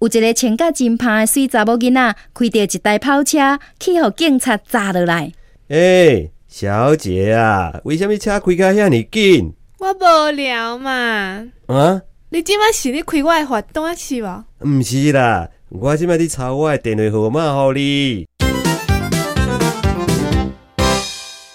有一个穿甲真芳的水查某囡仔，开着一台跑车，去互警察砸落来。哎、小姐啊，为什么车开到遐尼紧我无聊嘛。啊？你即摆是咧啊开我的罚单是无？毋是啦，我即摆伫抄我的电话号码互你。